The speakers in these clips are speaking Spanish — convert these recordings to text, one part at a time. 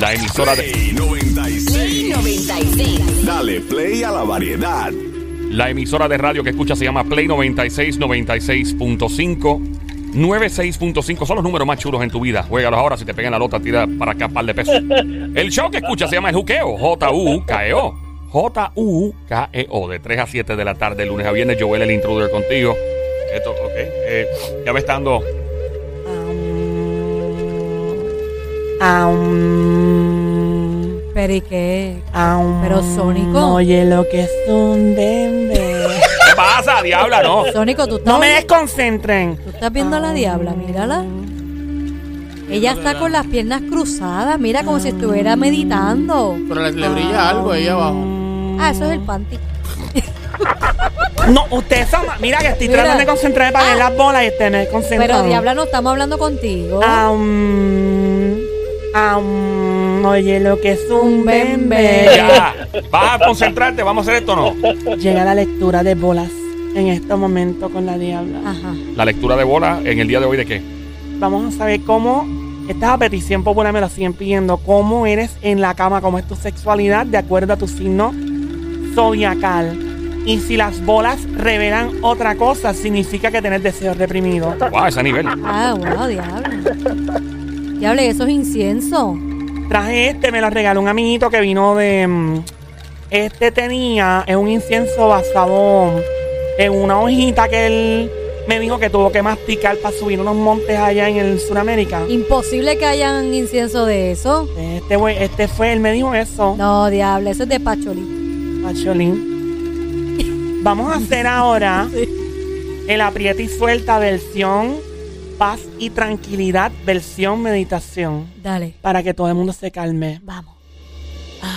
la emisora de, Play 96. 96. Dale play a la variedad. la emisora de radio que escucha se llama Play 96, 96.5, 96.5. Son los números más chulos en tu vida. Juégalos ahora. Si te pegan la lota, tira para acá un par de pesos. El show que escucha se llama El Juqueo. J-U-K-E-O. J-U-K-E-O. De 3 a 7 de la tarde, lunes a viernes. Joel, el intruder contigo. Esto, ok. eh, ya me está dando. Aum, Pero ¿y qué? aum, Pero Sónico. Oye, lo que es un bebé. ¿Qué pasa, diabla? No. Sónico, tú estás, No me desconcentren. tú estás viendo a la diabla, mírala. Ah. Ella está con las piernas cruzadas, mira como si estuviera meditando. Pero le, le brilla algo ahí abajo. Ah, eso es el panty. No, ustedes son. Mira que estoy Mira. Ah. tratando de concentrarme para ver las bolas y este me desconcentrado. Pero diabla, no estamos hablando contigo. Ah. Aum, aum, oye, lo que es un Un bebé. bembé. Ya. Vas a concentrarte. Vamos a hacer esto o no. Llega la lectura de bolas en este momento con la diabla. Ajá. La lectura de bola en el día de hoy de qué? Vamos a saber cómo. Esta petición popular me la siguen pidiendo. ¿Cómo eres en la cama? ¿Cómo es tu sexualidad de acuerdo a tu signo zodiacal? Y si las bolas revelan otra cosa, significa que tenés deseos reprimidos. Wow, ese nivel. Ah, wow, diabla. Diabla, ¿y eso es incienso. Traje este, me lo regaló un amiguito que vino de. mm, Este tenía, es un incienso basado en una hojita que él me dijo que tuvo que masticar para subir unos montes allá en el Sudamérica. Imposible que hayan incienso de eso. Este, güey- este fue, él me dijo eso. No, diabla, eso es de pacholí. Pacholín. Ah, Vamos a hacer ahora el apriete y suelta versión paz y tranquilidad, versión meditación, Dale, para que todo el mundo se calme. vamos.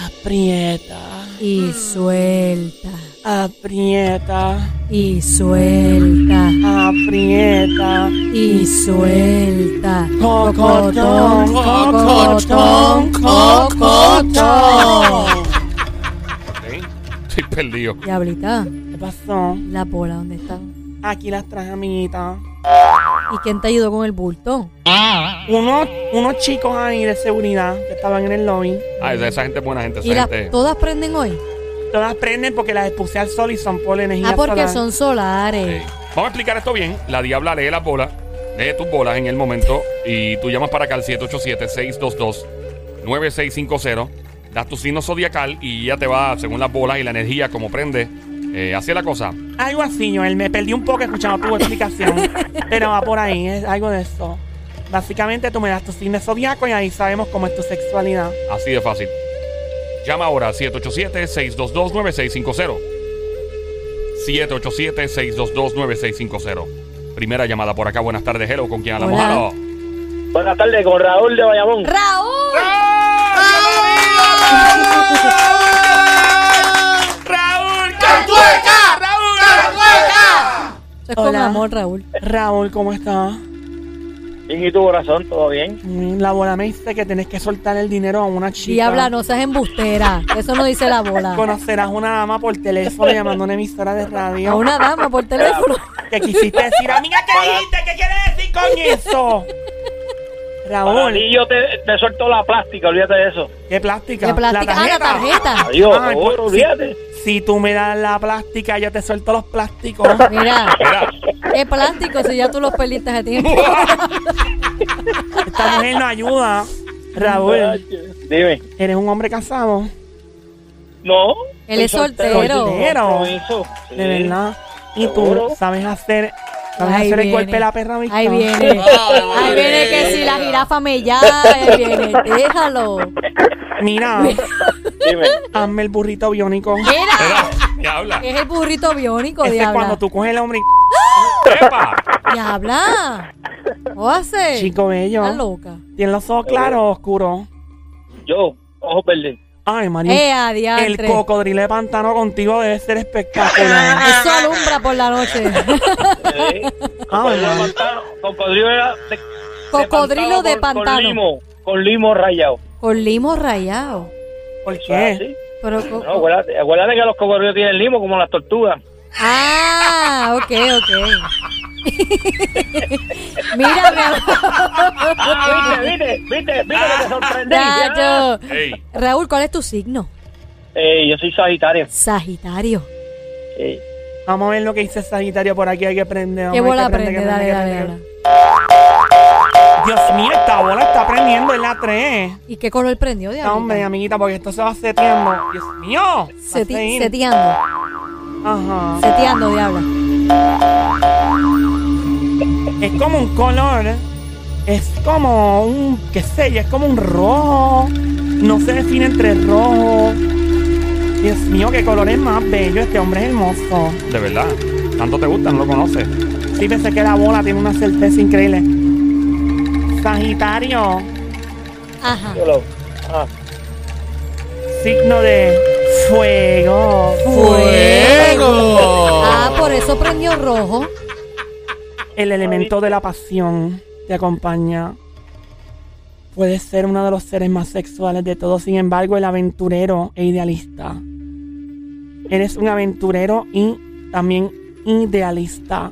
Aprieta, Y suelta, aprieta, y suelta, aprieta. y suelta. Cocotón, cocotón, cocotón. Ok. Estoy perdido. Diablita, ¿Qué pasó? la bola, ¿dónde están? Aquí las traje, amiguita. ¿Y quién te ayudó con el bulto? Unos, unos chicos ahí de seguridad que estaban en el lobby. Ah, esa, esa gente es buena gente. Esa ¿Y las, gente. todas prenden hoy? Todas prenden porque las expuse al sol y son por energía Ah, porque solar. son Sí. solares. Vamos a explicar esto bien. La diabla lee las bolas, lee tus bolas en el momento y tú llamas para acá al 787-622-9650. Das tu signo zodiacal y ya te va, según las bolas y la energía, como prende, eh, hacia la cosa. Algo así, Joel. Me perdí un poco escuchando tu explicación. pero va por ahí, es algo de eso. Básicamente tú me das tu signo zodiaco y ahí sabemos cómo es tu sexualidad. Así de fácil. Llama ahora al 787-622-9650. 787-622-9650. Primera llamada por acá. Buenas tardes, Hello. ¿Con quién hablamos? Hola. Hello. Buenas tardes, con Raúl de Bayamón. ¡Raúl! ¡Raúl! ¡Cantueca! ¡Cantueca! Eso es con Hola. amor, Raúl. Raúl, ¿cómo estás? Bien, ¿Y tu corazón? ¿Todo bien? Mm, La bola me dice que tenés que soltar el dinero a una chica. Diabla, no seas embustera. Eso no dice la bola. Conocerás una dama por teléfono llamando a una emisora de A radio. una dama por teléfono. Que quisiste decir, amiga, ¿qué dijiste? ¿Qué quieres decir con eso? Para Raúl, ti yo te, te suelto la plástica, olvídate de eso. ¿qué plástica? De plástica. Ah, la tarjeta. Adiós, Ay, pues, seguro, sí. olvídate. Si tú me das la plástica, yo te suelto los plásticos. Mira, Mira, es plástico si ya tú los perdiste hace tiempo. Esta mujer no ayuda. Raúl, Dime. eres un hombre casado. No. Él es soy soltero. Soltero. Compromiso, sí. De verdad. Y tú Seguro. sabes hacer, sabes Ahí hacer el viene. golpe de la perra vista. Ahí viene. Ahí viene que si la jirafa me llama, él viene, déjalo. Mira, Dime. hazme el burrito biónico. Mira, diabla. es el burrito biónico, Ese es diabla. cuando tú coges el hombre y- ¡Epa! Diabla. ¿Cómo hace? Chico bello. Está loca. ¿Tienes los Eh. ojos claros o oscuros? Yo, ojo verde. Ay, María. Eh, el adiantre. cocodrilo de pantano contigo debe ser Ah, espectacular. Eso alumbra por la noche. Sí. Ah, Cocodrilo Ay, de pantano, Cocodrilo era de- de Cocodrilo de con- Con pantano. limo, con limo rayado. Con limo rayado. ¿Por Eso es qué? así. Pero co- No, acuérdate, acuérdate que los cocodrilos tienen limo como las tortugas. Ah, ok, ok. Mira, mi amor. Ah, viste, viste, ¿Viste? ¿Viste que te sorprendí? Rayo. Ey, Raúl, ¿cuál es tu signo? Eh, yo soy Sagitario. Sagitario. Eh, Vamos a ver lo que dice Sagitario por aquí. Hay que prender. vamos ¿Qué a ver bola que prende, aprende? que Dale, prende, que dale, prende. dale. Dios mío, esta bola está prendiendo. Es la 3. ¿Y qué color prendió, No, hombre, diablita? amiguita, porque esto se va seteando. Dios mío. va a Seti- seguir. seteando. Ajá. Seteando, diabla. Es como un color. Es como un, qué sé yo, es como un rojo. No se define entre el rojo. Dios mío, qué color es más bello. Este hombre es hermoso. de verdad. Tanto te gusta, no lo conoces. Sí, pensé que la bola tiene una certeza increíble. Sagitario, Ajá. yo lo- ah, signo de fuego. ¡Fuego! Ah, por eso prendió rojo. El elemento de la pasión te acompaña. Puedes ser uno de los seres más sexuales de todos, sin embargo, el aventurero e idealista. Eres un aventurero y también idealista.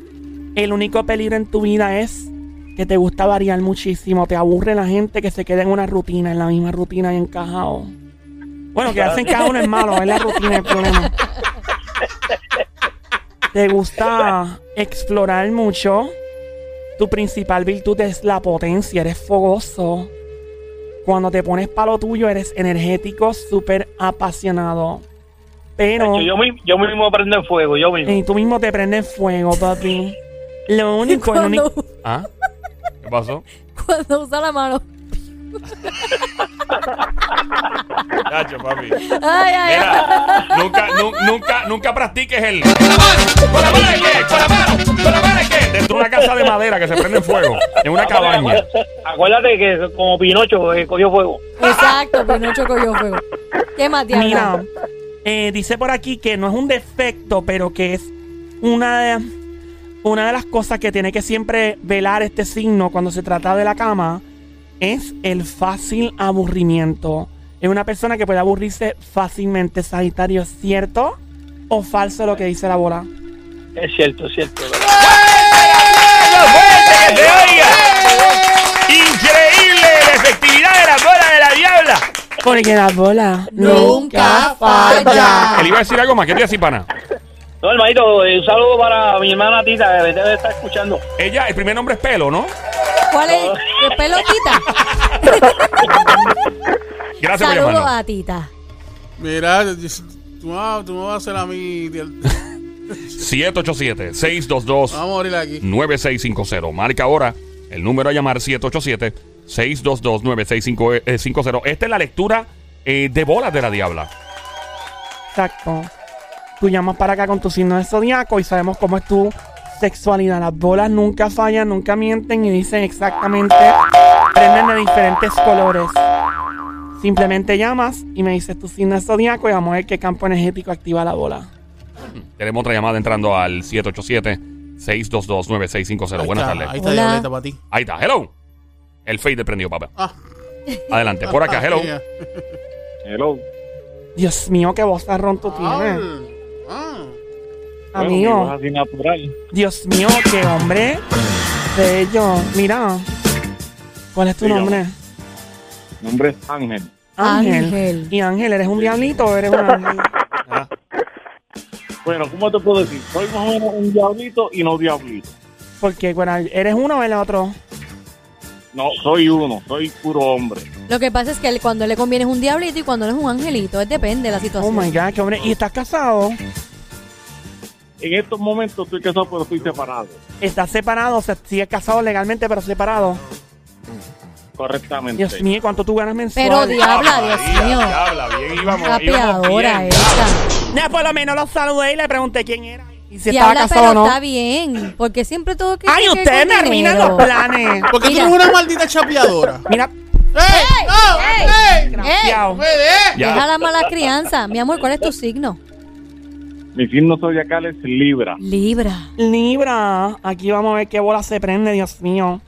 El único peligro en tu vida es que te gusta variar muchísimo. Te aburre la gente que se queda en una rutina, en la misma rutina y encajado. Bueno, que hacen cada uno es malo, es la rutina el problema. Te gusta explorar mucho. Tu principal virtud es la potencia, eres fogoso. Cuando te pones palo tuyo, eres energético, súper apasionado. Pero. yo, mi- yo mismo prendo en fuego, yo mismo. Y tú mismo te prendes fuego, papi. Lo único, el Cuando, único. ¿Ah? ¿Qué pasó? cuando usa la mano. Chacho, papi. Ay, ay, ay. Mira, nunca, nu- nunca, nunca practiques el. ¡Con la mano! ¡Con la mano es que! ¡Con la mano! ¡Con la mano es que! Dentro de una casa de madera que se prende en fuego. En una cabaña. Acuérdate que como Pinocho eh, cogió fuego. Exacto, Pinocho cogió fuego. ¿Qué más, diabla? Mira, eh, dice por aquí que no es un defecto, pero que es una de, una de las cosas que tiene que siempre velar este signo cuando se trata de la cama es el fácil aburrimiento. Es una persona que puede aburrirse fácilmente, Sagitario. ¿Es cierto o falso lo que dice la bola? Es cierto, es cierto. ¡Fuerte que se oiga! ¡Increíble la efectividad de la bola de la diabla! Porque la bola Nunca falla. Él iba a decir algo más. ¿Qué te decía, pana? No, hermanito, eh, un saludo para mi hermana Tita que me debe estar escuchando. Ella, el primer nombre es Pelo, ¿no? ¿Cuál es? ¿Qué pelotita? Gracias por Saludos llamarnos. a Tita. Mira, tú, no- tú me vas a hacer a mí. Vamos 787-622. a morir aquí. 9650. Marca ahora el número a llamar 787-622-9650. eh, Esta es la lectura eh, de bolas de la diabla. Exacto. Tú llamas para acá con tu signo de zodiaco y sabemos cómo es tu sexualidad. Las bolas nunca fallan, nunca mienten y dicen exactamente. Prenden de diferentes colores. Simplemente llamas y me dices tu signo de zodiaco y vamos a ver qué campo energético activa la bola. Tenemos otra llamada entrando al 787-622-9650. Buenas Ahí está, tardes. Ahí está, Hola. Diableta, para ti. Ahí está, hello. El fade prendió, papá. Ah. Adelante, por acá, hello. Ah, Hello. Dios mío, qué vozarrón tú tienes. ah. Amigo, así natural. Dios mío, qué hombre. Bello. Mira. ¿Cuál es tu Dígame. nombre? nombre es Ángel. Ángel. ¿Y Ángel, eres un diablito o eres un ángel? Bueno, ¿cómo te puedo decir? Soy más o menos un diablito y no diablito. Porque, bueno, ¿eres uno o el otro? No, soy uno, soy puro hombre. Lo que pasa es que él- cuando le conviene es un diablito y cuando no es un angelito. Es depende de la Oh situación. my god, qué hombre. ¿Y estás casado? En estos momentos estoy casado, pero estoy separado. ¿Estás separado? O sea, sigues casado legalmente, pero separado. Correctamente. Dios mío, ¿cuánto tú ganas mensual? Pero diabla, Dios mío. Diabla, bien, íbamos, Rapeadora bien. esta. No, por lo menos lo saludé y le pregunté quién era. Y si estaba Diabla, casado pero o no. está bien. Porque siempre todo que. Ay, que- que ustedes con me arruinan dinero. los planes. Porque ah. tú Mira. eres una maldita chapeadora. Mira, ¡Ey! ¡No! ¡Ey! piao. ¡No me dejes! Ya. Eh, Deja la mala crianza. Mi amor, ¿cuál es tu signo? Mi signo zodiacal es Libra. Libra. Libra. Aquí vamos a ver qué bola se prende, Dios mío.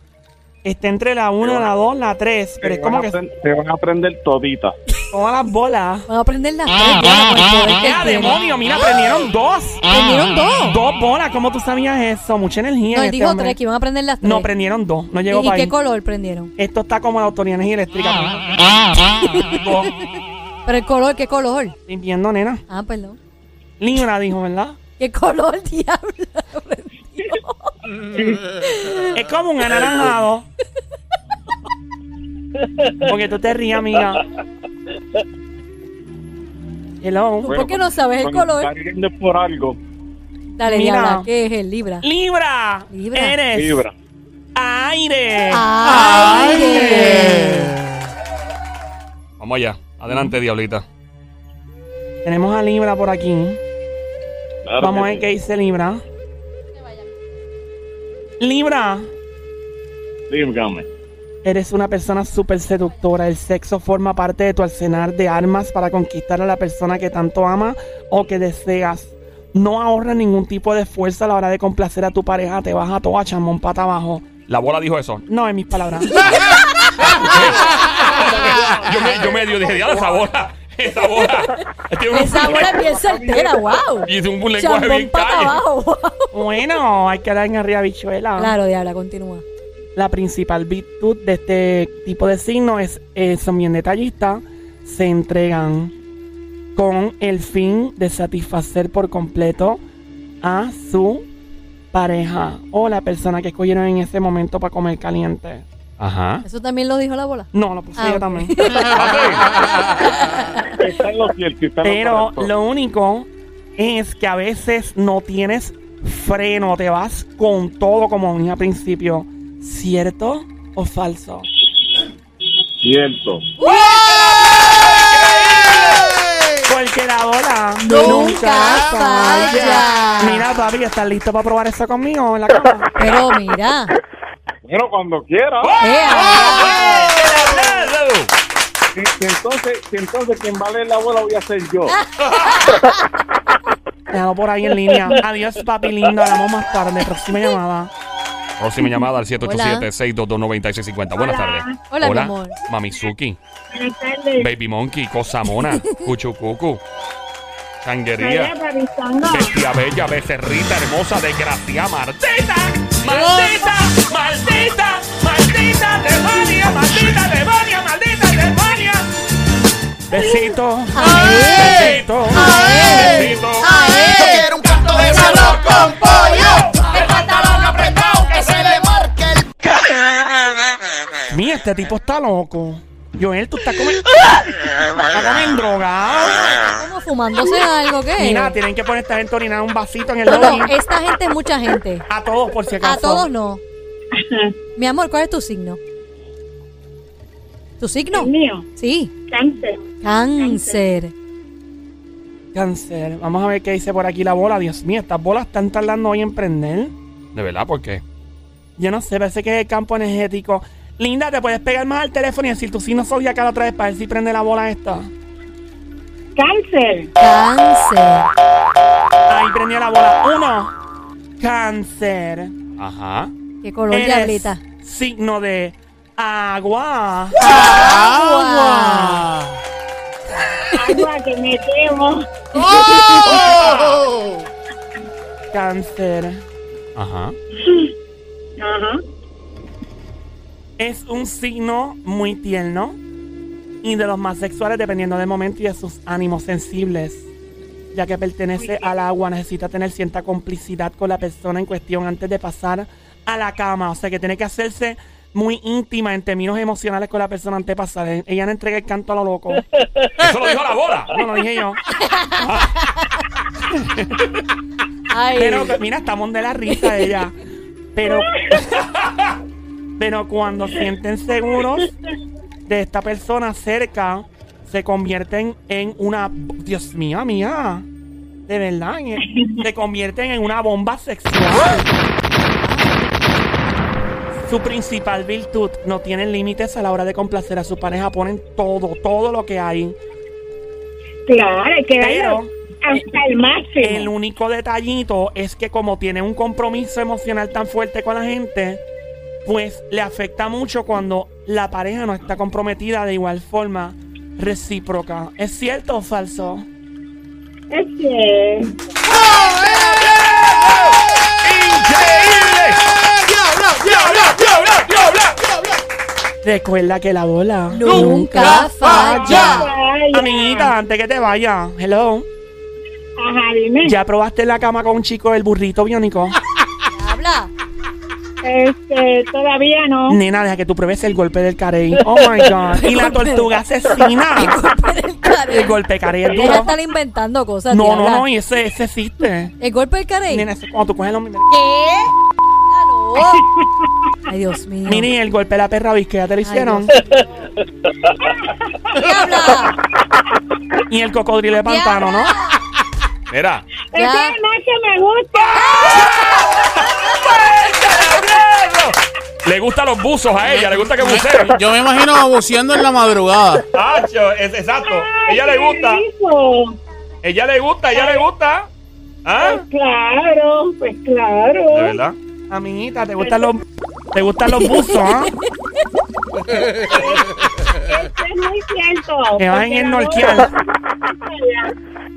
Está entre la 1, la 2, la 3. Pero es como que. van a aprender todita. Todas las bolas. Van a prender las tres Ah, bolas con el poder que ¡Eh, él tiene. demonio! Mira, prendieron dos. Prendieron dos. Dos bolas. ¿Cómo tú sabías eso? Mucha energía. No, en él este dijo hombre. tres, que iban a prender las tres. No, prendieron dos. No llegó ¿Y, y para qué ahí. color prendieron? Esto está como la autoridad de energía eléctrica. Dos. Pero el color, ¿qué color? Limpiando, nena. Ah, perdón. Libra dijo, ¿verdad? ¿Qué color, diablo? Es como un anaranjado. Porque tú te ríes, amiga. Hello. ¿Por qué no sabes el color? Caliente por algo. Dale, Mira. diabla, ¿qué es el Libra? Libra. Libra. Ah. Eres Libra. aire. ¡Aire! Vamos allá. Adelante, diablita. Tenemos a Libra por aquí. Claro Vamos a que ver qué dice Libra. Libra. sí. Dígame. Eres una persona súper seductora. El sexo forma parte de tu arsenal de armas para conquistar a la persona que tanto ama o que deseas. No ahorras ningún tipo de esfuerzo a la hora de complacer a tu pareja. Te vas a toa chamón pata abajo. La bola dijo eso. No, en mis palabras. Ah. Yo me, yo medio dije, diablo, esa bola. Esa bola. Tiene un- Esa bola es bien soltera, wow. Y es un lenguaje bien para calle. abajo, wow. bueno, hay que dar en arriba bichuela. Claro, diabla, continúa. La principal virtud de este tipo de signos es eh, son bien detallistas, se entregan con el fin de satisfacer por completo a su pareja o la persona que escogieron en ese momento para comer caliente. Ajá. Eso también lo dijo la bola. No, lo puse Ah, yo ok. también. Está en lo cierto, está en lo Pero correcto. lo único es que a veces no tienes freno, te vas con todo como dije al principio. ¿Cierto o falso? Cierto. Porque la bola Nunca falla. Mira, papi, ¿estás listo para probar eso conmigo en la cama? Pero mira. Eh, Bueno, cuando quiera. ¡Ah! ¡Ea! Si, si entonces, si entonces quien vale la bola voy a ser yo. Déjalo por ahí en línea. Adiós, papi lindo. Hablamos más tarde. Próxima llamada. Próxima llamada al 787-622-9650. Buenas tardes. Hola, mi amor. Mamizuki, Buenas tardes. Baby Monkey, Cosa Mona, Cuchucucu, Changuería, Vaya, revisando. Bestia Bella, Becerrita Hermosa, Desgracia, Martita, Martita, Martita, Martita, Demonia, Martita, Demonia, Maldita, Demonia. Besito. ¡Ae! Besito. ¡Ae! Besito. Yo ¡Ae! quiero un canto de salón con pollo. El pantalón apretado que se le marque el Mira, este tipo está loco. Joel, tú estás comiendo. Estás comiendo drogado. Como fumándose algo, ¿qué? Mira, tienen que poner esta gente a orinar un vasito en el No, no, lobby. esta gente es mucha gente. A todos, por si acaso. A todos no. Mi amor, ¿cuál es tu signo? ¿Tu signo? El mío, Sí. cáncer. Cáncer. Cáncer. Vamos a ver qué dice por aquí la bola. Dios mío, estas bolas están tardando hoy en prender. ¿De verdad por qué? Yo no sé, parece que es el campo energético. Linda, ¿te puedes pegar más al teléfono y decir tu signo zodiacal otra vez para ver si prende la bola esta? Cáncer. Cáncer. Ahí prendió la bola. Uno, cáncer. Ajá. ¿Qué color, diablita? signo de agua. ¡Agua! Agua que me temo. Cáncer. Ajá. Ajá. Es un signo muy tierno y de los más sexuales dependiendo del momento y de sus ánimos sensibles. Ya que pertenece al agua, necesita tener cierta complicidad con la persona en cuestión antes de pasar a la cama. O sea que tiene que hacerse muy íntima en términos emocionales con la persona antes de pasar. Ella no entrega el canto a lo loco. Eso lo dijo la bola. No lo dije yo. Ay. Pero que- mira, estamos de la risa ella. Pero, pero cuando sienten seguros de esta persona cerca, se convierten en una. Dios mío, mía. De verdad, en- se convierten en una bomba sexual. Su principal virtud, no tienen límites a la hora de complacer a su pareja, ponen todo, todo lo que hay. Claro, hay que darlo Pero- hasta el El máximo. único detallito es que como tiene un compromiso emocional tan fuerte con la gente, pues le afecta mucho cuando la pareja no está comprometida de igual forma. recíproca. ¿Es cierto o falso? Es que. ¡Increíble! Recuerda que la bola. Nunca falla. Ay, Amiguita, antes que te vaya, hello. Ajá, dime. ¿Ya probaste en la cama con un chico el burrito biónico? Habla. Este, todavía no. Nena, deja que tú pruebes el golpe del carey. Oh my god. Y la tortuga asesina. Pero el carey- El golpe carey es Deja de duro. estar inventando cosas. tía, No, no, habla. no, y ese, ese existe. El golpe del carey. Nena, eso es cuando tú coges los. ¿Qué? Ah, no. Ay, Dios mío. Mini, el golpe de la perra visquea te lo hicieron. ¿Qué habla? Y el cocodrilo de pantano, ¿no? Mira, Ese Ya. es el más que me gusta. le gustan los buzos a ella, le gusta que buceen. Yo me imagino buceando en la madrugada. Tacho, es exacto. Ay, Ella le qué gusta, rico. ella le gusta, ella le gusta. ¿Ah? Pues claro, pues claro. ¿De verdad? Amiguita, ¿te gustan los, te gustan los buzos, ah? Eso es muy cierto. Que van Porque en la norquear. bola-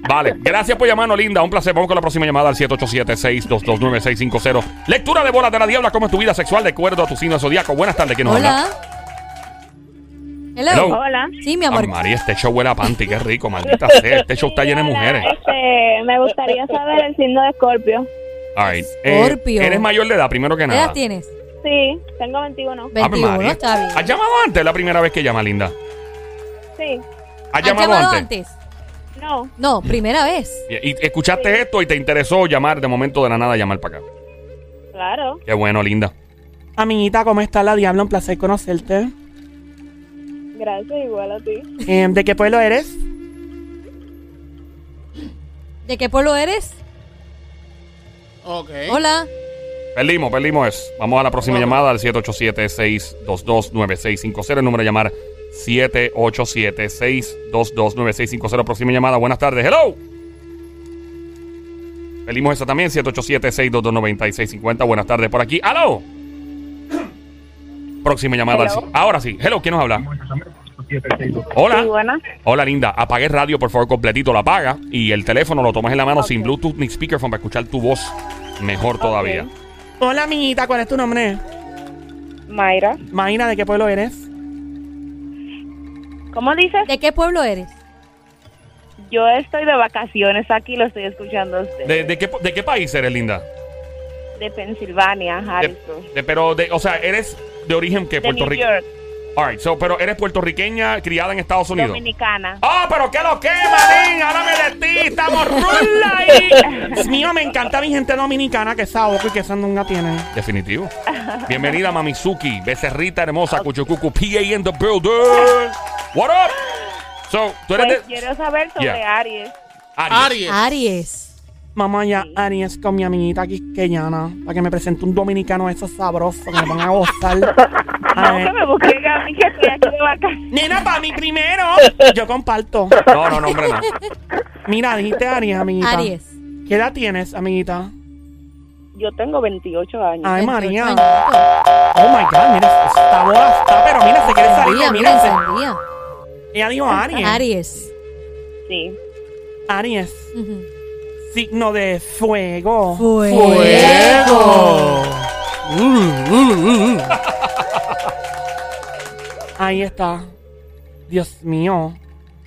Vale, gracias por llamarnos, linda. Un placer. Vamos con la próxima llamada al 787-622-9650. Lectura de bolas de la diabla. ¿Cómo es tu vida sexual de acuerdo a tu signo zodiaco? Buenas tardes, ¿quién nos habla? Hola. Hello. Hello. Hola. Sí, mi amor. Ay, María, este show huele a panty, qué rico, maldita sea. Este show está lleno de mujeres. Este, me gustaría saber el signo de Escorpio. All right. Eh, Scorpio. eres mayor de edad, primero que ¿Qué edad nada. ¿eh? tienes? Sí, tengo 21. Ave 21, María. está bien. ¿Has llamado antes? Es La primera vez que llama, linda. Sí, ¿Has ¿Has llamado, antes? no, No, primera vez. Y, y escuchaste esto y te interesó llamar de momento de la nada, llamar para acá. claro. Qué bueno, linda. Amiguita, ¿cómo está la diabla? Un placer conocerte. Gracias, igual a ti. Em, ¿De qué pueblo eres? ¿De qué pueblo eres? Ok. Hola. Perdimos, perdimos eso. Vamos a la próxima llamada al 787-622-9650. El número de llamar 787-622-9650. Próxima llamada. Buenas tardes. Hello. Perdimos esa también. 787-622-9650. Buenas tardes por aquí. Hello. Próxima llamada. al- Hello. Ahora sí. Hello. ¿Quién nos habla? Hola. Sí, buenas. Hola, linda. Apague el radio, por favor, completito. La apaga. Y el teléfono lo tomas en la mano sin Bluetooth ni speakerphone para escuchar tu voz mejor todavía. Hola, amiguita, ¿cuál es tu nombre? Mayra. Mayra, ¿de qué pueblo eres? ¿Cómo dices? ¿De qué pueblo eres? Yo estoy de vacaciones aquí, lo estoy escuchando a usted. ¿De, de qué, de qué país eres, linda? De Pensilvania, De- Harrison. de- pero, de, o sea, eres de origen que De Puerto New Rico. York, All right, so, pero eres puertorriqueña criada en Estados Unidos. Dominicana. ¡Ah, pero qué lo que, manín! ¡Ahora me de ti! ¡Estamos rulla ahí! Dios mío, me encanta mi gente dominicana que es saoco y que esa nunca tiene. Definitivo. Bienvenida, Mamizuki, becerrita hermosa, Cuchucucu, PA in the building. What up? So, tú eres Pues de quiero saber sobre Yeah. Aries. Aries. Aries. Aries. Mamá ya Aries con mi amiguita quisqueyana para que me presente un dominicano eso sabroso que me ponga a gozar. A No, ver. que me busquen a mí que estoy aquí de vacaciones. Nena, para mí primero. Yo comparto. No, no, no, hombre, no. Mira, dijiste Aries, amiguita. Aries. ¿Qué edad tienes, amiguita? Yo tengo 28 años. Ay, 28 María. añitos. Oh my God, mira, esta bola está, pero mira, se quiere Sandía, salir. mira, Mira, se- sandía. ella dijo Aries. Aries. Sí. Aries, Ujú. signo de fuego. Fuego. Ahí está. Dios mío.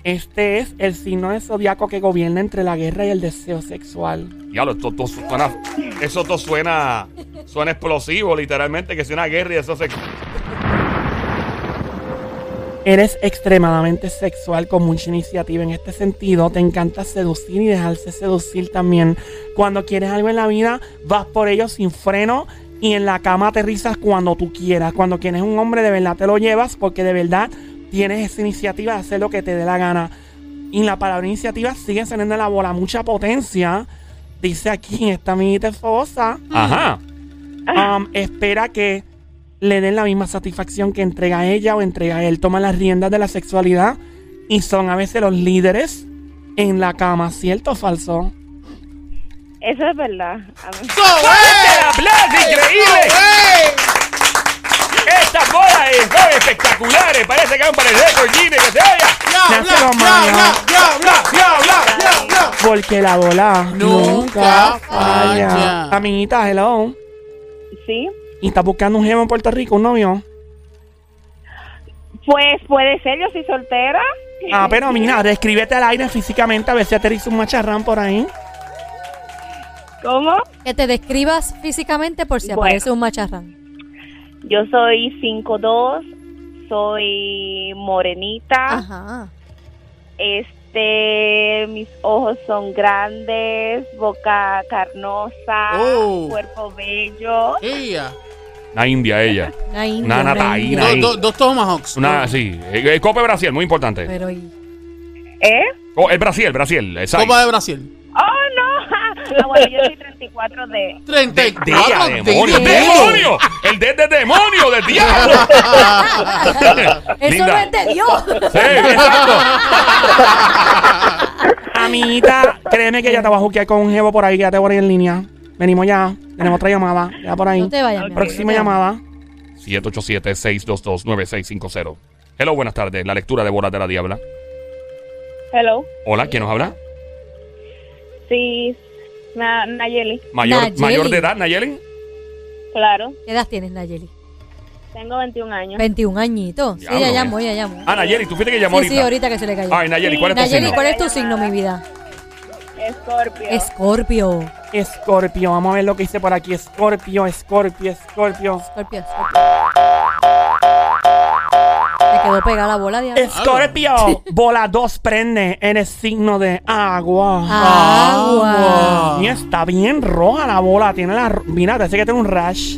Este es el signo de zodiaco que gobierna entre la guerra y el deseo sexual. Diablo, esto todo suena. Eso todo suena. Suena explosivo, literalmente, que si una guerra y eso se. Eres extremadamente sexual con mucha iniciativa. En este sentido, te encanta seducir y dejarse seducir también. Cuando quieres algo en la vida, vas por ello sin freno y en la cama aterrizas cuando tú quieras. Cuando quieres un hombre, de verdad te lo llevas porque de verdad tienes esa iniciativa de hacer lo que te dé la gana. Y la palabra iniciativa sigue saliendo de la bola. Mucha potencia. Dice aquí esta amiguita fosa. Ajá. Um, espera que le den la misma satisfacción que entrega ella o entrega él. Toma las riendas de la sexualidad y son a veces los líderes en la cama, ¿cierto o falso? Eso es verdad. A mí- eh. ¡Fuerte ¡Eh! el aplauso! ¡Increíble! ¡Esta Estas bolas eh, son espectaculares. eh, Parece que van para el récord Guinness. Que se oiga. Nace Diabla, con diabla, maña. diabla, diabla, diabla. Porque la bola Nunca falla. Amiguita, hello. Sí. ¿Y estás buscando un jevo en Puerto Rico, un novio? Pues puede ser, yo soy soltera. Ah, pero mira, descríbete al aire físicamente a ver si aterriza un macharrán por ahí. ¿Cómo? Que te describas físicamente por si Bueno. aparece un macharrán. Yo soy 5'2, soy morenita. Ajá. Este, mis ojos son grandes, boca carnosa, Oh. cuerpo bello. Ella. Una india ella. Una india, Una hombre, nataína. india. Ahí. Do- do- Dos tomahawks. Una, sí. Eh, eh, Copa de Brasil, muy importante. Pero y- ¿Eh? Oh, el Brasil, el Brasil. Exacto. Copa de Brasil. ¡Oh, no! Ah, bueno, yo soy 34D. De ella, 34 demonio. demonio. ¡Demonio! ¡El de, de demonio del diablo! Eso lo Linda. entendió. Sí, exacto. Amiguita, créeme que ya te vas a juquear con un jevo por ahí, quédate por ahí en línea. Venimos ya, tenemos otra llamada, ya por ahí. No te vayas. mi amor, Próxima no te llamada. 787-622-9650. Hello, buenas tardes. La lectura de Bolas de la Diabla. Hello. Hola, ¿quién nos habla? Sí, na Nayeli. Mayor, Nayeli. mayor de edad, Nayeli. Claro, vayas. ¿Qué edad tienes, Nayeli? tengo 21 años. 21 añitos. Sí, Diablo, ya eh. llamó, ya llamó. Ah, Nayeli, tú fuiste que llamó Sí, sí, ahorita que se le cayó. Ay, Nayeli, ¿cuál es tu Nayeli, signo? ¿cuál es tu signo, mi vida? Escorpio. Escorpio. Escorpio, vamos a ver lo que hice por aquí. Escorpio, Escorpio, Escorpio. Escorpio, Escorpio. Te quedó pegada la bola, diablo. Escorpio, bola 2 prende, eres signo de agua. Agua. Mira, está bien roja la bola. Tiene la. ro- Mira, parece que tiene un rash.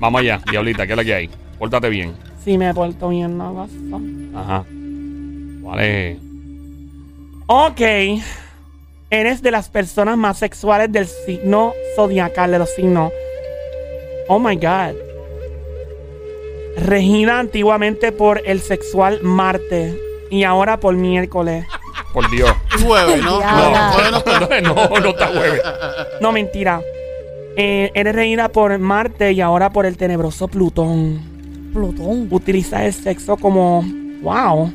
Vamos allá, Diablita, ¿qué es la que hay? Pórtate bien. Si me porto bien, no basta. Ajá. Vale. Ok. Eres de las personas más sexuales del signo zodiacal, de los signos. Oh my God. Regida antiguamente por el sexual Marte y ahora por miércoles. Por Dios. Jueves, ¿no? No, Diabla. Jueves no, no. no, no está jueves. No, mentira. Eh, eres reída por Marte y ahora por el tenebroso Plutón. Plutón. Utiliza el sexo como. ¡Wow!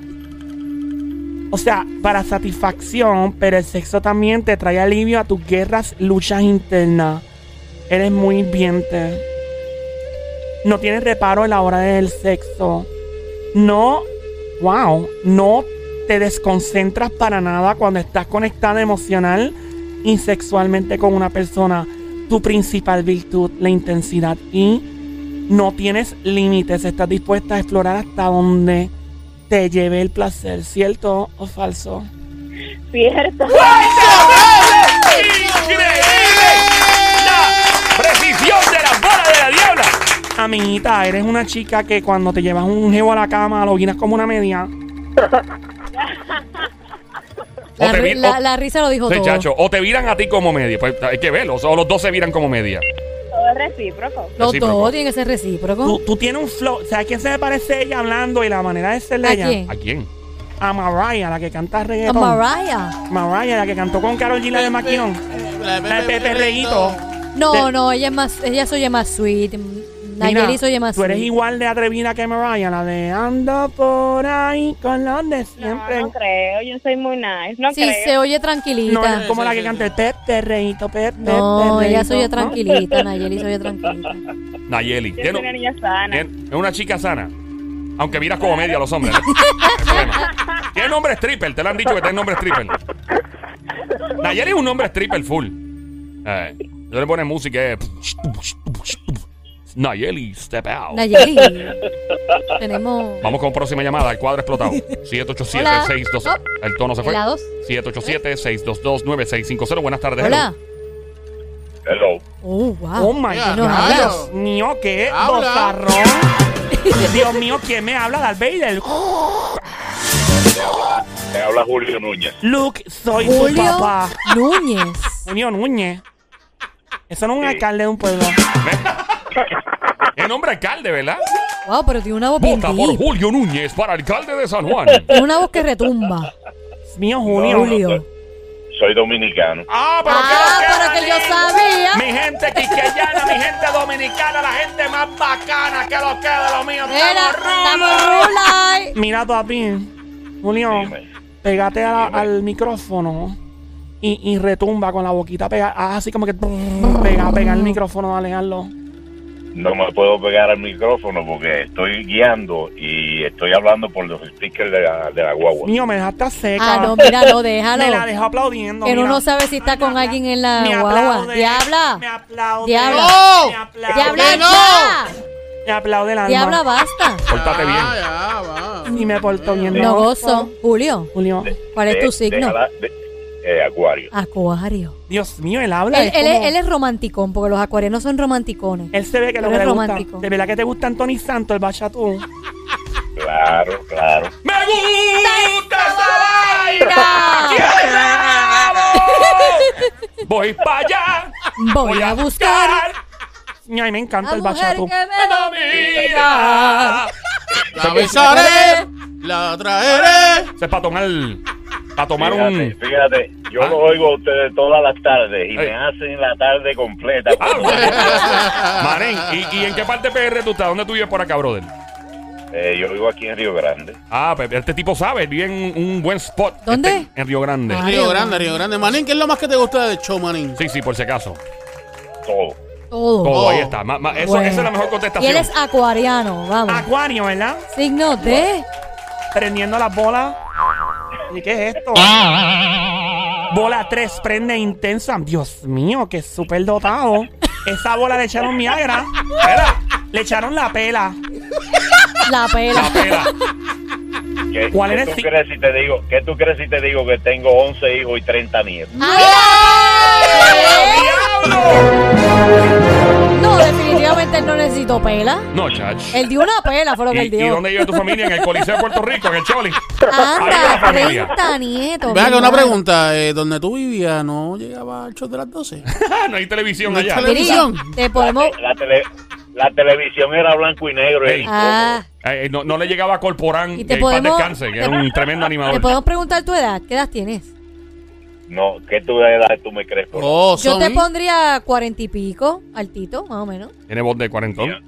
O sea, para satisfacción, pero el sexo también te trae alivio a tus guerras, luchas internas. Eres muy hiriente. No tienes reparo en la hora del sexo. No. ¡Wow! No te desconcentras para nada cuando estás conectada emocional y sexualmente con una persona. Tu principal virtud, la intensidad. Y no tienes límites. Estás dispuesta a explorar hasta donde te lleve el placer. ¿Cierto o falso? Cierto. ¡Increíble! ¡La precisión de las bolas de la Diabla! Amiguita, eres una chica que cuando te llevas un jevo a la cama lo guinas como una media. O La, te, ri- vi- la- o- la risa lo dijo Sí, todo. chacho, o te viran a ti como media. Pues hay que verlo. O los dos se viran como media. Todo es recíproco. Los Recíproco. dos tienen que ser Tú, recíprocos. tú tienes un flow. ¿Sabes a quién se me parece ella hablando y la manera de ser de ¿A ella? quién? ¿A quién? A Mariah, la que canta A reggaetón. Mariah. Mariah, la que cantó con Carol G. la de Maquinón. La de Pepe Reguito. No, Te- no, ella es más, ella se oye más sweet. Mm, Nayeli se oye más tú eres sweet. igual de atrevida que Mariah, la de ando por ahí con los de siempre. No, no creo, yo soy muy nice. No Sí, creo. se oye No, tranquilita. es como la que canta el Pepe Reito, Pepe No, Reito, ella se oye ¿no? tranquilita, Nayeli se oye tranquilita. Nayeli. Yo ¿Qué soy no- una niña sana. ¿Qué- Es una chica sana. Aunque miras como media a los hombres. ¿eh? ¿no? No hay problema. Tiene nombre stripper. Te lo han dicho que tiene nombre stripper. Nayeli es un nombre stripper full. Eh, yo le pone música. eh, Nayeli, step out. Nayeli, tenemos Vamos con próxima llamada. El cuadro explotado. Hola. 787-622. Oh. El tono se fue. helados. 787-622-9650. Buenas tardes. Hola. Hello. Oh, Oh wow. my Ya, God. hablas. Dios mío, qué Habla. bozarrón. Dios mío, ¿quién me habla? Darth Vader. Me habla Julio Núñez. Luke, soy tu Julio papá. Núñez. Julio Núñez. Eso no es un alcalde de un pueblo. Hello. Es nombre alcalde, ¿verdad? Wow, pero tiene una voz bien Vota por deep. Julio Núñez para alcalde de San Juan. Tiene una voz que retumba. Dios mío, Julio. Julio. soy dominicano. Ah, pero Ah, que lo pero que yo sabía. Mi gente quiqueyana, mi gente dominicana, la gente más bacana que lo que de lo mío. Mira, estamos rulay. Mira, papi, Julio, Dime. pégate a la- Dime. al micrófono y, y retumba con la boquita pega, haz así como que pega, pega el micrófono, dale, hazlo. No me puedo pegar al micrófono porque estoy guiando y estoy hablando por los speakers de la, de la guagua. Mío, me dejaste seca. Ah, no, mira, no, me la déjalo. dejó aplaudiendo. Que uno mira. no sabe si está con alguien en la Me guagua. aplaude, Diabla. Me aplaude. Diabla. ¡No! Me aplaude. Diabla, ¡Que no! ya. Me aplaude el alma. Diabla, basta. Pórtate bien. Ah, ya, va. Y me portó bien. No loco. gozo. Julio, Julio. ¿cuál es De- tu Este, signo? déjala de- eh, acuario. Acuario. Dios mío, él habla. Él, es él como- es, él es romanticón, porque los acuarianos son romanticones. él se ve que lo él que es le gusta. romántico. De verdad que te gusta Anthony Santos, el bachatú. Claro, claro. ¡Me gusta esa Mira, vaina! Voy para allá. Voy a buscar Ay, me encanta a el mujer bachatú. que la me vida. La besaré, la traeré. Se es para tomar, para tomar Fíjate, un... fíjate, yo Ah. los oigo a ustedes todas las tardes Ay. y me hacen la tarde completa. Ah, bueno. Marín, ¿y, y en qué parte de PR tú estás? ¿Dónde tú vives por acá, brother? Eh, yo vivo aquí en Río Grande. Ah, pero este tipo sabe, vive en un buen spot. ¿Dónde? Este, en Río Grande. Ah. Río Grande, Río Grande. Manín, ¿qué es lo más que te gusta del show, Manín? Sí, sí, por si acaso. Todo. todo. Todo, ahí está. Ma- ma- eso- Oh. Bueno. Esa es la mejor Y contestación. él es acuariano, vamos. Acuario, ¿verdad? Signo de Prendiendo las bolas. ¿Y qué es esto? Bola 3, prende intensa. Dios mío, que súper dotado. Esa bola le echaron miagra. Espera, Le echaron la pela. la la pela. pela. ¿Qué, ¿Cuál qué eres tú si- crees si te digo, ¿Qué tú crees si te digo que tengo 11 hijos y 30 nietos? Ah, ¡Ay! No, definitivamente él no necesito pela. No, chach. Él dio una pela, fue lo ¿Y, que él y dio. dónde vive tu familia? En el Coliseo de Puerto Rico, en el Choli. Ahí va la Anda, familia. 30 nietos. Vea mi que una madre. pregunta, eh, donde tú vivías no llegaba al show de las 12. no hay televisión No hay allá. tele- Mira, Televisión. te podemos. La, tele- la televisión era blanco y negro. Ey. eh. Ah, Eh, eh, no, no le llegaba a Corporán Y y te el podemos- descanse, que te- era un tremendo te animador. podemos preguntar tu edad. ¿Qué edad tienes? No, ¿qué tú de edad tú me crees? por- Oh, Yo te Sony. pondría cuarenta y pico, altito, más o menos. Tiene voz de cuarentón. Mira.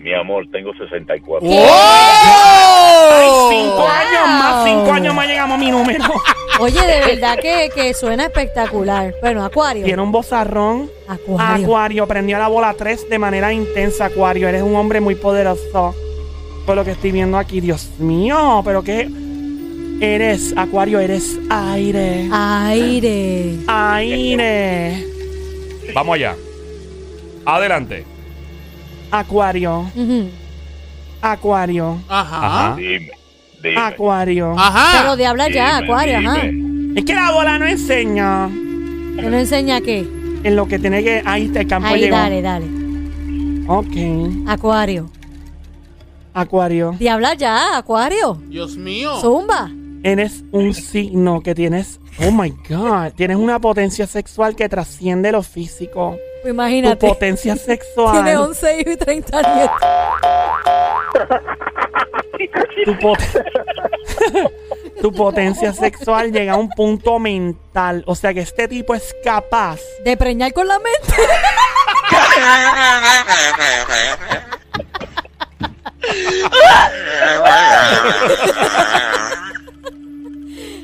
Mi amor, tengo 64. ¡Oh! Cinco años más, cinco años más llegamos a mi número. Oye, de verdad que, que suena espectacular. Bueno, Acuario. Tiene un bozarrón. Acuario. Acuario, prendió la bola 3 de manera intensa, Acuario. Eres un hombre muy poderoso. Por lo que estoy viendo aquí, Dios mío, pero qué eres, Acuario, eres aire. Aire. Aire. Vamos allá. Adelante. Acuario, Ujú. Acuario, Ah. Ajá. Ajá. Dime, dime. Acuario. Pero Ajá. de habla ya, dime, Acuario, ajá. dime. Es que la bola no enseña Que no enseña qué. en lo que tiene que. Ahí está el campo Ahí, llegó. dale, dale. Ok. Acuario. Acuario. De habla ya, Acuario. Dios mío. Zumba. Eres un signo que tienes. Oh my God. Tienes una potencia sexual que trasciende lo físico. Pues Tu imagínate. potencia Tiene sexual. 11 hijos y 30 nietos. Tu, pot- tu potencia sexual llega a un punto mental. O sea que este tipo es capaz. De preñar con la mente.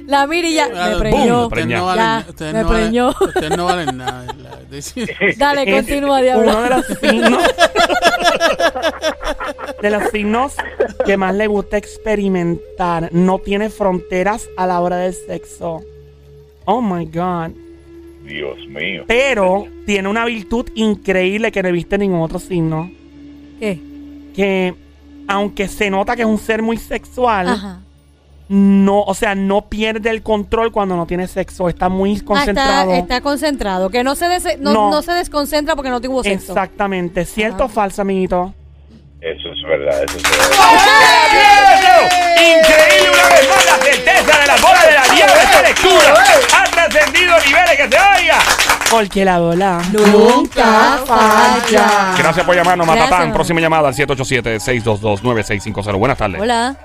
La mirilla me preñó. Boom, preñó. no Ya, valen- ustedes me no valen- preñó. Ustedes no valen nada. la- de- Dale, Es continúa, uno de diablo. los signos. De los signos que más le gusta experimentar. No tiene fronteras a la hora del sexo. Oh my God. Dios mío. Pero tiene una virtud increíble que no he visto en ningún otro signo. ¿Qué? Que aunque se nota que es un ser muy sexual, Ajá. no, o sea, no pierde el control cuando no tiene sexo. Está muy Ah, concentrado. está, está concentrado. Que no se, dese- no, No. no se desconcentra porque no tuvo sexo. Exactamente. ¿Cierto o Ajá. falso, amiguito? Eso es verdad, eso es verdad. Increíble una vez más la certeza de la bola de la nieve. Esta lectura ha trascendido niveles que se oiga. Ah. Porque la bola. Nunca falla. Gracias por llamarnos, Gracias, Matatán. mamá. Próxima llamada al 787-622-9650. Buenas tardes. Hola.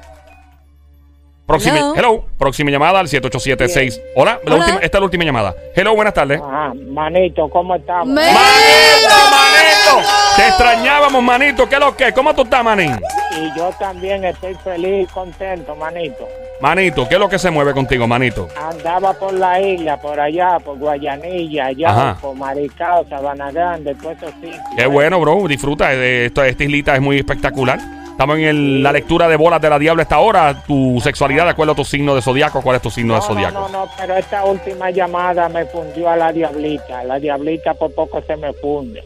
Próxima, hello. Hello. Próxima llamada al 7876. Hola, la Hola. última- esta es la última llamada. Hello, buenas tardes. Ajá, manito, ¿cómo estamos? Me- ¡Manito, manito! Te extrañábamos, manito. ¿Qué es lo que? ¿Cómo tú estás, manín? Y yo también estoy feliz y contento, manito. Manito, ¿qué es lo que se mueve contigo, manito? Andaba por la isla, por allá, por Guayanilla, allá, Ajá. por Maricao, Sabana Grande, pues, todos esos sitios. Qué bueno, bro. Disfruta. eh, Esta, esta islita es muy espectacular. Estamos en el- la lectura de bolas de la diabla hasta ahora. Tu sexualidad, de acuerdo a tu signo de zodiaco. ¿Cuál es tu signo de No, no, zodiaco? no, no, pero esta última llamada me fundió a la diablita. La diablita por poco se me funde.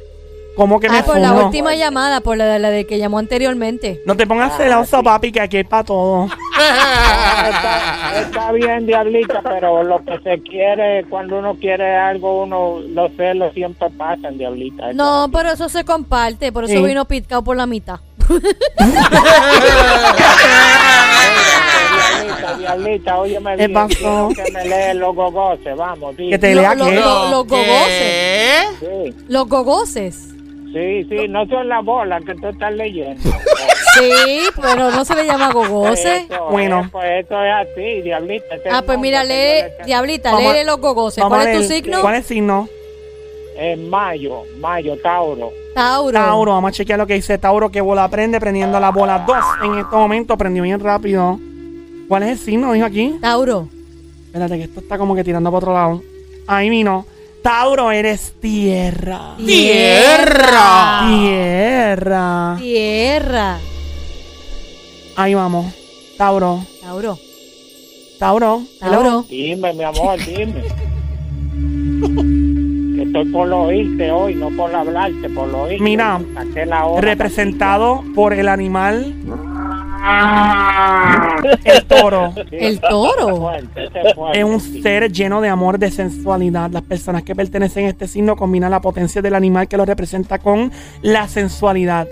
¿Cómo que me Ah, por la fumo? última llamada, por la, la de que llamó anteriormente. No te pongas celoso, papi, que aquí es para todo. Está, está bien, diablita, pero lo que se quiere, cuando uno quiere algo, uno, los celos siempre pasan, diablita. Eso- No, pero eso se comparte, por eso Sí. vino Pitcao por la mitad. Diablita, diablita, óyeme ¿Qué bien. pasó? quiero que me lee los gogoces, vamos, sí. Que te Lo- lea lo- que lo- los gogoses. ¿Qué? Sí, Los gogoses. sí, sí, no son las bolas que tú estás leyendo. Sí, pero no se le llama gogoses. Eso, Bueno. eh, pues eso es así, diablita. ese Ah, pues nombre mira, que yo lee, le- Diablita, Vamos a- lee los gogoses. Vamos ¿Cuál a es tu leer. signo? ¿Cuál es el signo? En mayo, mayo, Tauro. Tauro. Tauro, vamos a chequear lo que dice Tauro, que bola prende, prendiendo la bola 2 en este momento, prendió bien rápido. ¿Cuál es el signo, dijo aquí? Tauro. Espérate, que esto está como que tirando para otro lado. Ahí vino. Tauro, eres tierra. Tierra. Tierra. Tierra. Ahí vamos. Tauro. Tauro. Tauro. hello. Tauro. Dime, mi amor, dime. que estoy por oírte hoy, no por hablarte, por oírte. Mira, Saqué la hora. Representado por el animal. El toro. Sí, El toro. fuerte, ese fuerte, Es un sí. ser lleno de amor, de sensualidad. Las personas que pertenecen a este signo combinan la potencia del animal que lo representa con la sensualidad.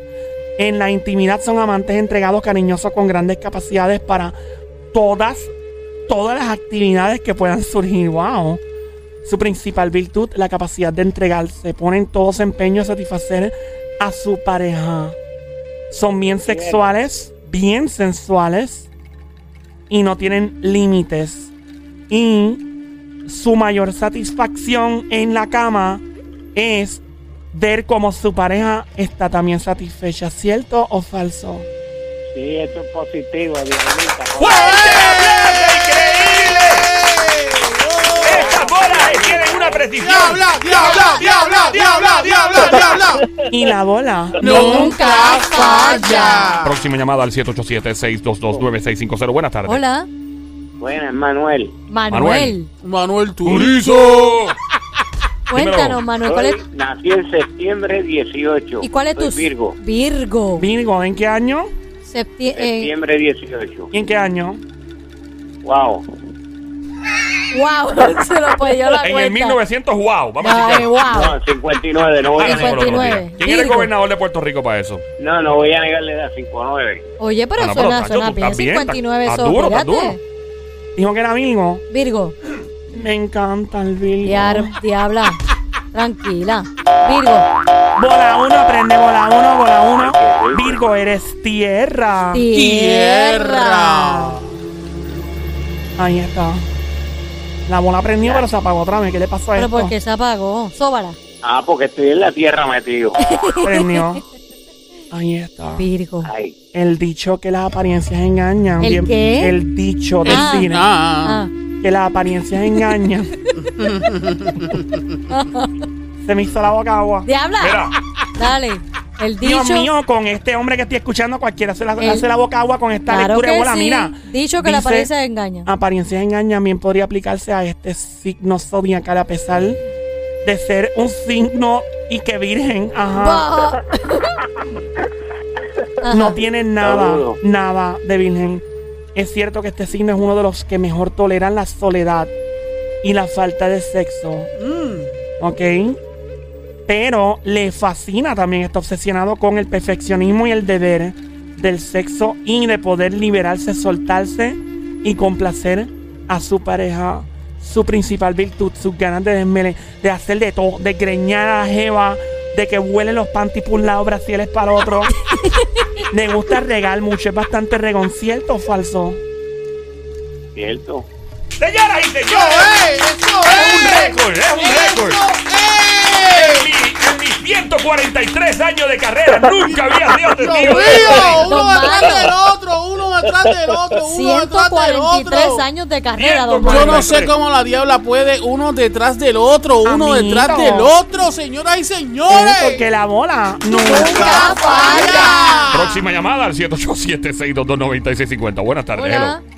En la intimidad son amantes entregados, cariñosos, con grandes capacidades para todas, todas las actividades que puedan surgir. ¡Wow! Su principal virtud, la capacidad de entregarse. Ponen todo su empeño a satisfacer a su pareja. Son bien sexuales, bien sensuales y no tienen límites. Y su mayor satisfacción en la cama es ver cómo su pareja está también satisfecha, ¿cierto o falso? Sí, eso es positivo, Diablita. Estas bolas tienen una precisión. Diabla, diabla, diabla, diabla, diabla, diabla. Y la bola. Nunca falla. Próxima llamada al 787-622-9650. Buenas tardes. Hola. Buenas, Manuel. Manuel. Manuel Turizo. ¡Turizo! Dímelo. Cuéntanos, Manuel. ¿cuál es- nací en septiembre 18. ¿Y cuál es tu Virgo. Virgo, ¿en qué año? Septi- eh, Septiembre 18. ¿Y en qué año? Wow. wow, se lo perdió la En cuenta. el 1900, wow. Vamos a Ay, chequear. wow. 59, no Ah, no, por otro día. 59. ¿Quién era el Virgo. gobernador de Puerto Rico para eso? No, no voy a negarle la 59. Oye, pero Ah, no, pero, suena, Nacho, suena tú bien. estás bien, 59 estás- eso, estás duro, estás espérate. Dijo que era Virgo. Virgo. Me encanta el Virgo. Diar- diabla. Tranquila. Virgo. Bola 1, aprende bola 1, bola 1. Virgo, eres tierra. Tierra. Ahí está. La bola prendió, pero se apagó otra vez. ¿Qué le pasó a Pero esto? porque se apagó. Sóbala. Ah, porque estoy en la tierra metido. Prendió. Ahí está. Virgo. Ay, El dicho que las apariencias engañan. ¿El qué? El dicho del Ah. cine. Ah, Ah. Que las apariencias engañan. Se me hizo la boca agua. Diabla. Mira. Dale. El dicho. Dios mío, con este hombre que estoy escuchando, cualquiera se la, El- hace la boca agua con esta Claro lectura de que bola. sí. Mira. Dicho que la dice, apariencia engaña. Apariencias engañan bien podría aplicarse a este signo zodiacal, a pesar de ser un signo y que virgen. Ajá. Bah. Ajá. No tiene nada, Saludo. nada de virgen. Es cierto que este signo es uno de los que mejor toleran la soledad y la falta de sexo. ¿Ok? Pero le fascina también, está obsesionado con el perfeccionismo y el deber del sexo y de poder liberarse, soltarse y complacer a su pareja. Su principal virtud, sus ganas de desmele, de hacer de todo, de greñar a la jeva, de que huelen los panties por un lado, brasiles para otro. Le gusta regar mucho, es bastante regón, ¿cierto o falso? es cierto. Señoras y ¡Eso señores, es! ¡Eso es un es! récord, es un récord. En, ¡Eso es! mi- en mis 143 años de carrera nunca había sido ¡Dios testigo de mío! esto. Uno detrás del otro, uno detrás del otro, uno detrás del 143 otro. años de carrera, don Mario. Yo no sé cómo la diabla puede uno detrás del otro, uno Amiguito. detrás del otro, señoras y Sí, señores. Porque la bola no. ¡Nunca falla! Próxima llamada al 787-622-9650. Buenas tardes, Hola. hello.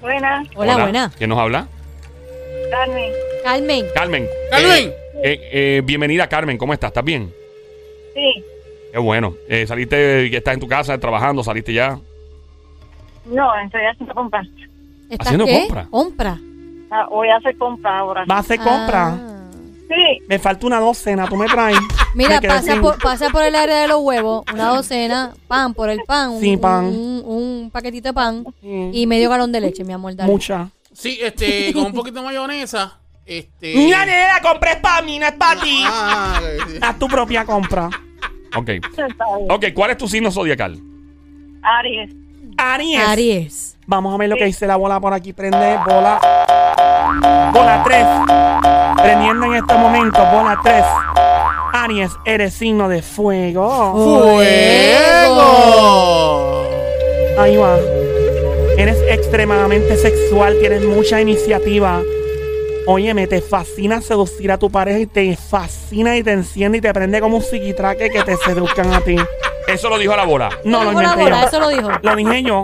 Buenas, Hola, buena. ¿Quién nos habla? Carmen. Carmen. Carmen. Carmen. Eh, eh, eh, bienvenida, Carmen. ¿Cómo estás? ¿Estás bien? Sí. Qué bueno. Eh, saliste y estás en tu casa trabajando, saliste ya. No, estoy haciendo compras. ¿Estás Haciendo qué? compra. Compra. Ah, Voy a hacer compras ahora. Va a hacer compra. Ah. Sí. Me falta una docena, tú me traes. Mira, Me quedé pasa sin- por, pasa por el área de los huevos, una docena, pan por el pan, un, Sí, pan. Un, un paquetito de pan Sí. y medio galón de leche, mi amor. Dale. Mucha. Sí, este, con un poquito de mayonesa. Este. Mira, nena, compré es para mí, no es para ti. Ah, sí. Haz tu propia compra. Ok. está bien. Ok, ¿cuál es tu signo zodiacal? Aries. Aries. Aries. Vamos a ver lo que dice la bola por aquí. Prende bola. Bola 3. Prendiendo en este momento. Bola 3. Aries, eres signo de fuego. ¡Fuego! Ahí va. Eres extremadamente sexual, tienes mucha iniciativa. Óyeme, te fascina seducir a tu pareja y te fascina y te enciende y te prende como un psiquitraque que te seduzcan a ti. Eso lo dijo la bola. No, lo Dijo la inventé bola, yo. eso lo dijo. Lo dije yo.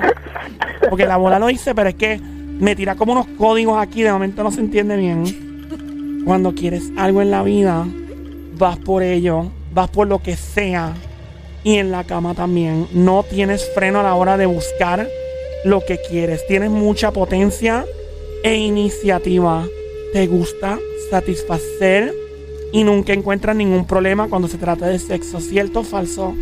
Porque la bola lo hice, pero es que me tira como unos códigos aquí. De momento no se entiende bien. Cuando quieres algo en la vida, vas por ello, vas por lo que sea. Y en la cama también. No tienes freno a la hora de buscar lo que quieres. Tienes mucha potencia e iniciativa. Te gusta satisfacer y nunca encuentras ningún problema cuando se trata de sexo. ¿Cierto o falso?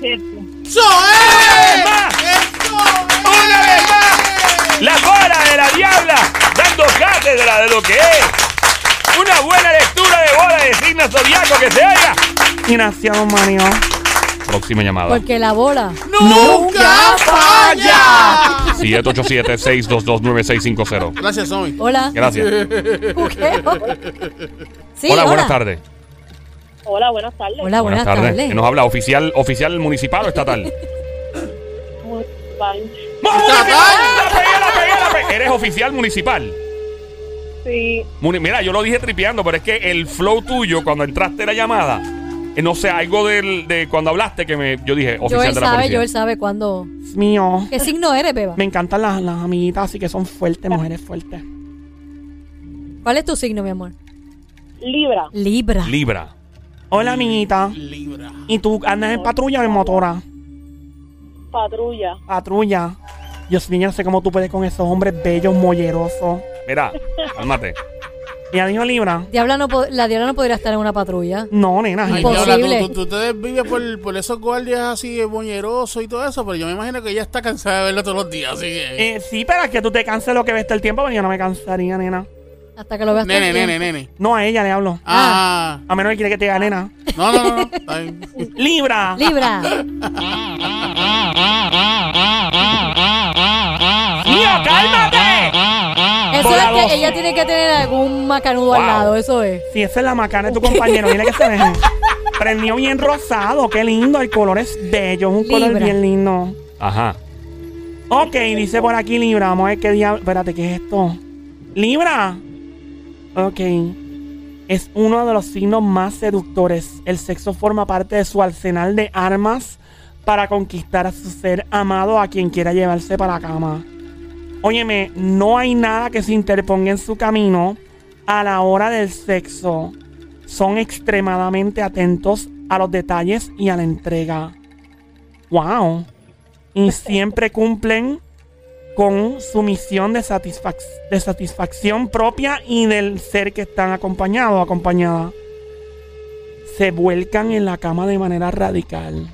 Cierto. ¡Eso vez más! es! ¡Eso es! ¡Una vez más! La bola de la diabla dando cátedra de lo que es. Una buena lectura de bola de signo zodiaco que se haga. Gracias, don Mario. Próxima llamada. Porque la bola. ¡Nunca falla! 787-622-9650. Gracias, Somi. Hola. Gracias. Sí, hola, buenas tardes. Hola, buenas tardes. Hola, buenas, tardes. ¿Qué nos habla? ¿Oficial, oficial municipal o estatal? ¡Estatal! Eres oficial municipal. Sí. Muni- Mira, yo lo dije tripeando, pero es que el flow tuyo cuando entraste la llamada, eh, no sé, algo del- de cuando hablaste que me, yo dije oficial Joel de la sabe, policía. Joel sabe cuándo. Es mío. ¿Qué signo eres, Beba? Me encantan las, las amiguitas, así que son fuertes, mujeres fuertes. ¿Cuál es tu signo, mi amor? Libra. Libra. Libra. Hola, amiguita. Libra. ¿Y tú andas en patrulla o en motora? Patrulla. Patrulla. Dios mío, yo no sé cómo tú puedes con esos hombres bellos, mollerosos. Mira, cálmate. ¿Ya dijo Libra? Diabla no po- la diabla no podría estar en una patrulla. No, nena. Ay, gente. Imposible. diabla, tú, tú, tú te desvives por, por esos guardias así eh, boñerosos y todo eso, pero yo me imagino que ella está cansada de verlo todos los días, así que... Eh, sí, pero es que tú te canses lo que ves todo el tiempo, pero yo no me cansaría, nena. Hasta que lo veas. todo el nene, tiempo. nene, nene. No, a ella le hablo. Ah, A menos que quiere que te diga, nena. no, no, no, no. está bien. ¡Libra! Libra. ¡Mía, cálmate! Eso es Voladoso. que ella tiene que tener algún macanudo al Wow. lado, eso es. Si esa es la macana de tu compañero, mira que se deje. Prendió bien rosado, qué lindo. El color es bello, es un color Libra. bien lindo. Ajá. Ok, dice por aquí Libra. Vamos a ver qué diablo. Espérate, ¿qué es esto? ¡Libra! Ok. Es uno de los signos más seductores. El sexo forma parte de su arsenal de armas para conquistar a su ser amado, a quien quiera llevarse para la cama. Óyeme, no hay nada que se interponga en su camino a la hora del sexo. Son extremadamente atentos a los detalles y a la entrega. ¡Wow! y siempre cumplen con su misión de, satisfac- de satisfacción propia y del ser que están acompañados o acompañada. Se vuelcan en la cama de manera radical.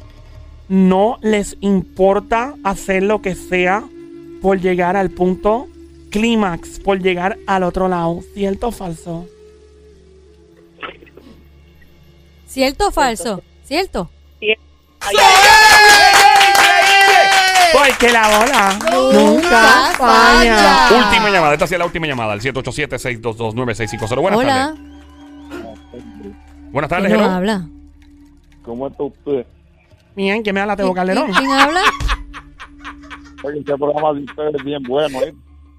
No les importa hacer lo que sea por llegar al punto clímax, por llegar al otro lado. ¿Cierto o falso? ¿Cierto o falso? ¿Cierto? Sí. ¡Increíble! que la bola Eh. Nunca falla. Ah. Última llamada, esta sí es la última llamada, el 787-622-9650. Buenas Hola. tardes. Buenas ¿Quién tardes, nos hello. habla? ¿Cómo está usted? Bien, que me habla Teo Calderón. ¿Quién, quién habla? Oye, este programa de ustedes es bien bueno, ¿eh?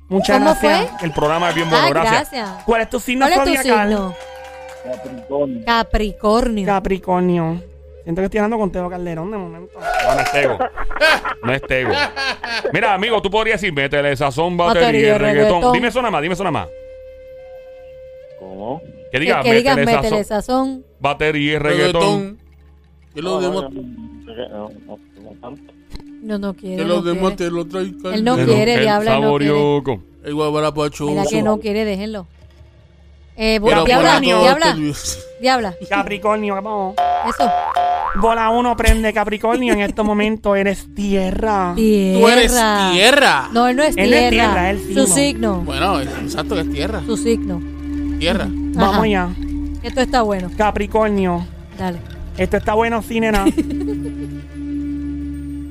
Muchas ¿Cómo gracias. El programa es bien bueno, Ah, gracias. gracias. ¿Cuál es tu signo ¿Cuál es tu zodiacal? signo? Capricornio. Capricornio. Capricornio. Siento que estoy hablando con Teo Calderón de momento. No, no es Tego. No es Tego. Mira, amigo, tú podrías decir, métele sazón, batería, Batería, reggaetón. reggaetón. Dime eso nada más, dime eso nada más. ¿Cómo? Que diga, que, que digas, métele métele sazón, sazón. batería, reggaetón. Que los No, demás, no, no, no, no, no tanto. No, no quiere. que no los quiere. demás te lo traigan. Él no El- quiere, el diabla, no quiere. saborioco. El guabarapacho. Mira que no quiere, déjenlo. Eh, bu- Pero diabla, por Dios, diabla, diabla. Capricornio, vamos. Eso. Bola 1 prende Capricornio. En estos momentos eres tierra. Tierra. Tú eres tierra. No, él no es Él no tierra. es tierra, él Su signo. signo. Bueno, exacto, que es tierra. Su signo. Tierra. Vamos Ajá. ya. Esto está bueno. Capricornio. Dale. Esto está bueno, sí, nena.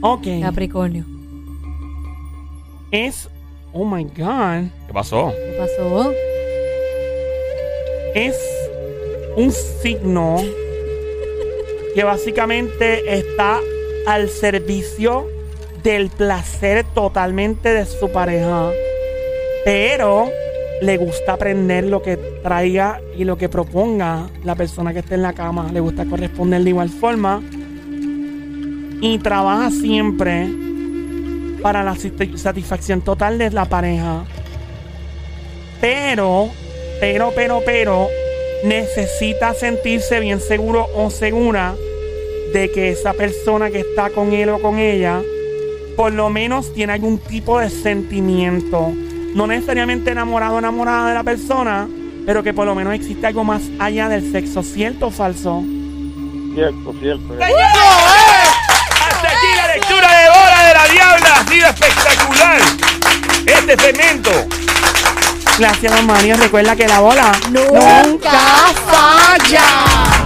ok. Capricornio. Es. Oh my God. ¿Qué pasó? ¿Qué pasó? Es un signo que básicamente está al servicio del placer totalmente de su pareja. Pero le gusta aprender lo que traiga y lo que proponga la persona que esté en la cama. Le gusta corresponder de igual forma. Y trabaja siempre para la sati- satisfacción total de la pareja. Pero, pero, pero, pero, necesita sentirse bien seguro o segura de que esa persona que está con él o con ella, por lo menos tiene algún tipo de sentimiento. No necesariamente enamorado o enamorada de la persona, pero que por lo menos existe algo más allá del sexo, ¿cierto o falso? Cierto, cierto. Hasta aquí la lectura de Hora de la Diabla. Ha sido espectacular. Este segmento. Gracias, don Mario. Recuerda que la bola ¡Nunca falla!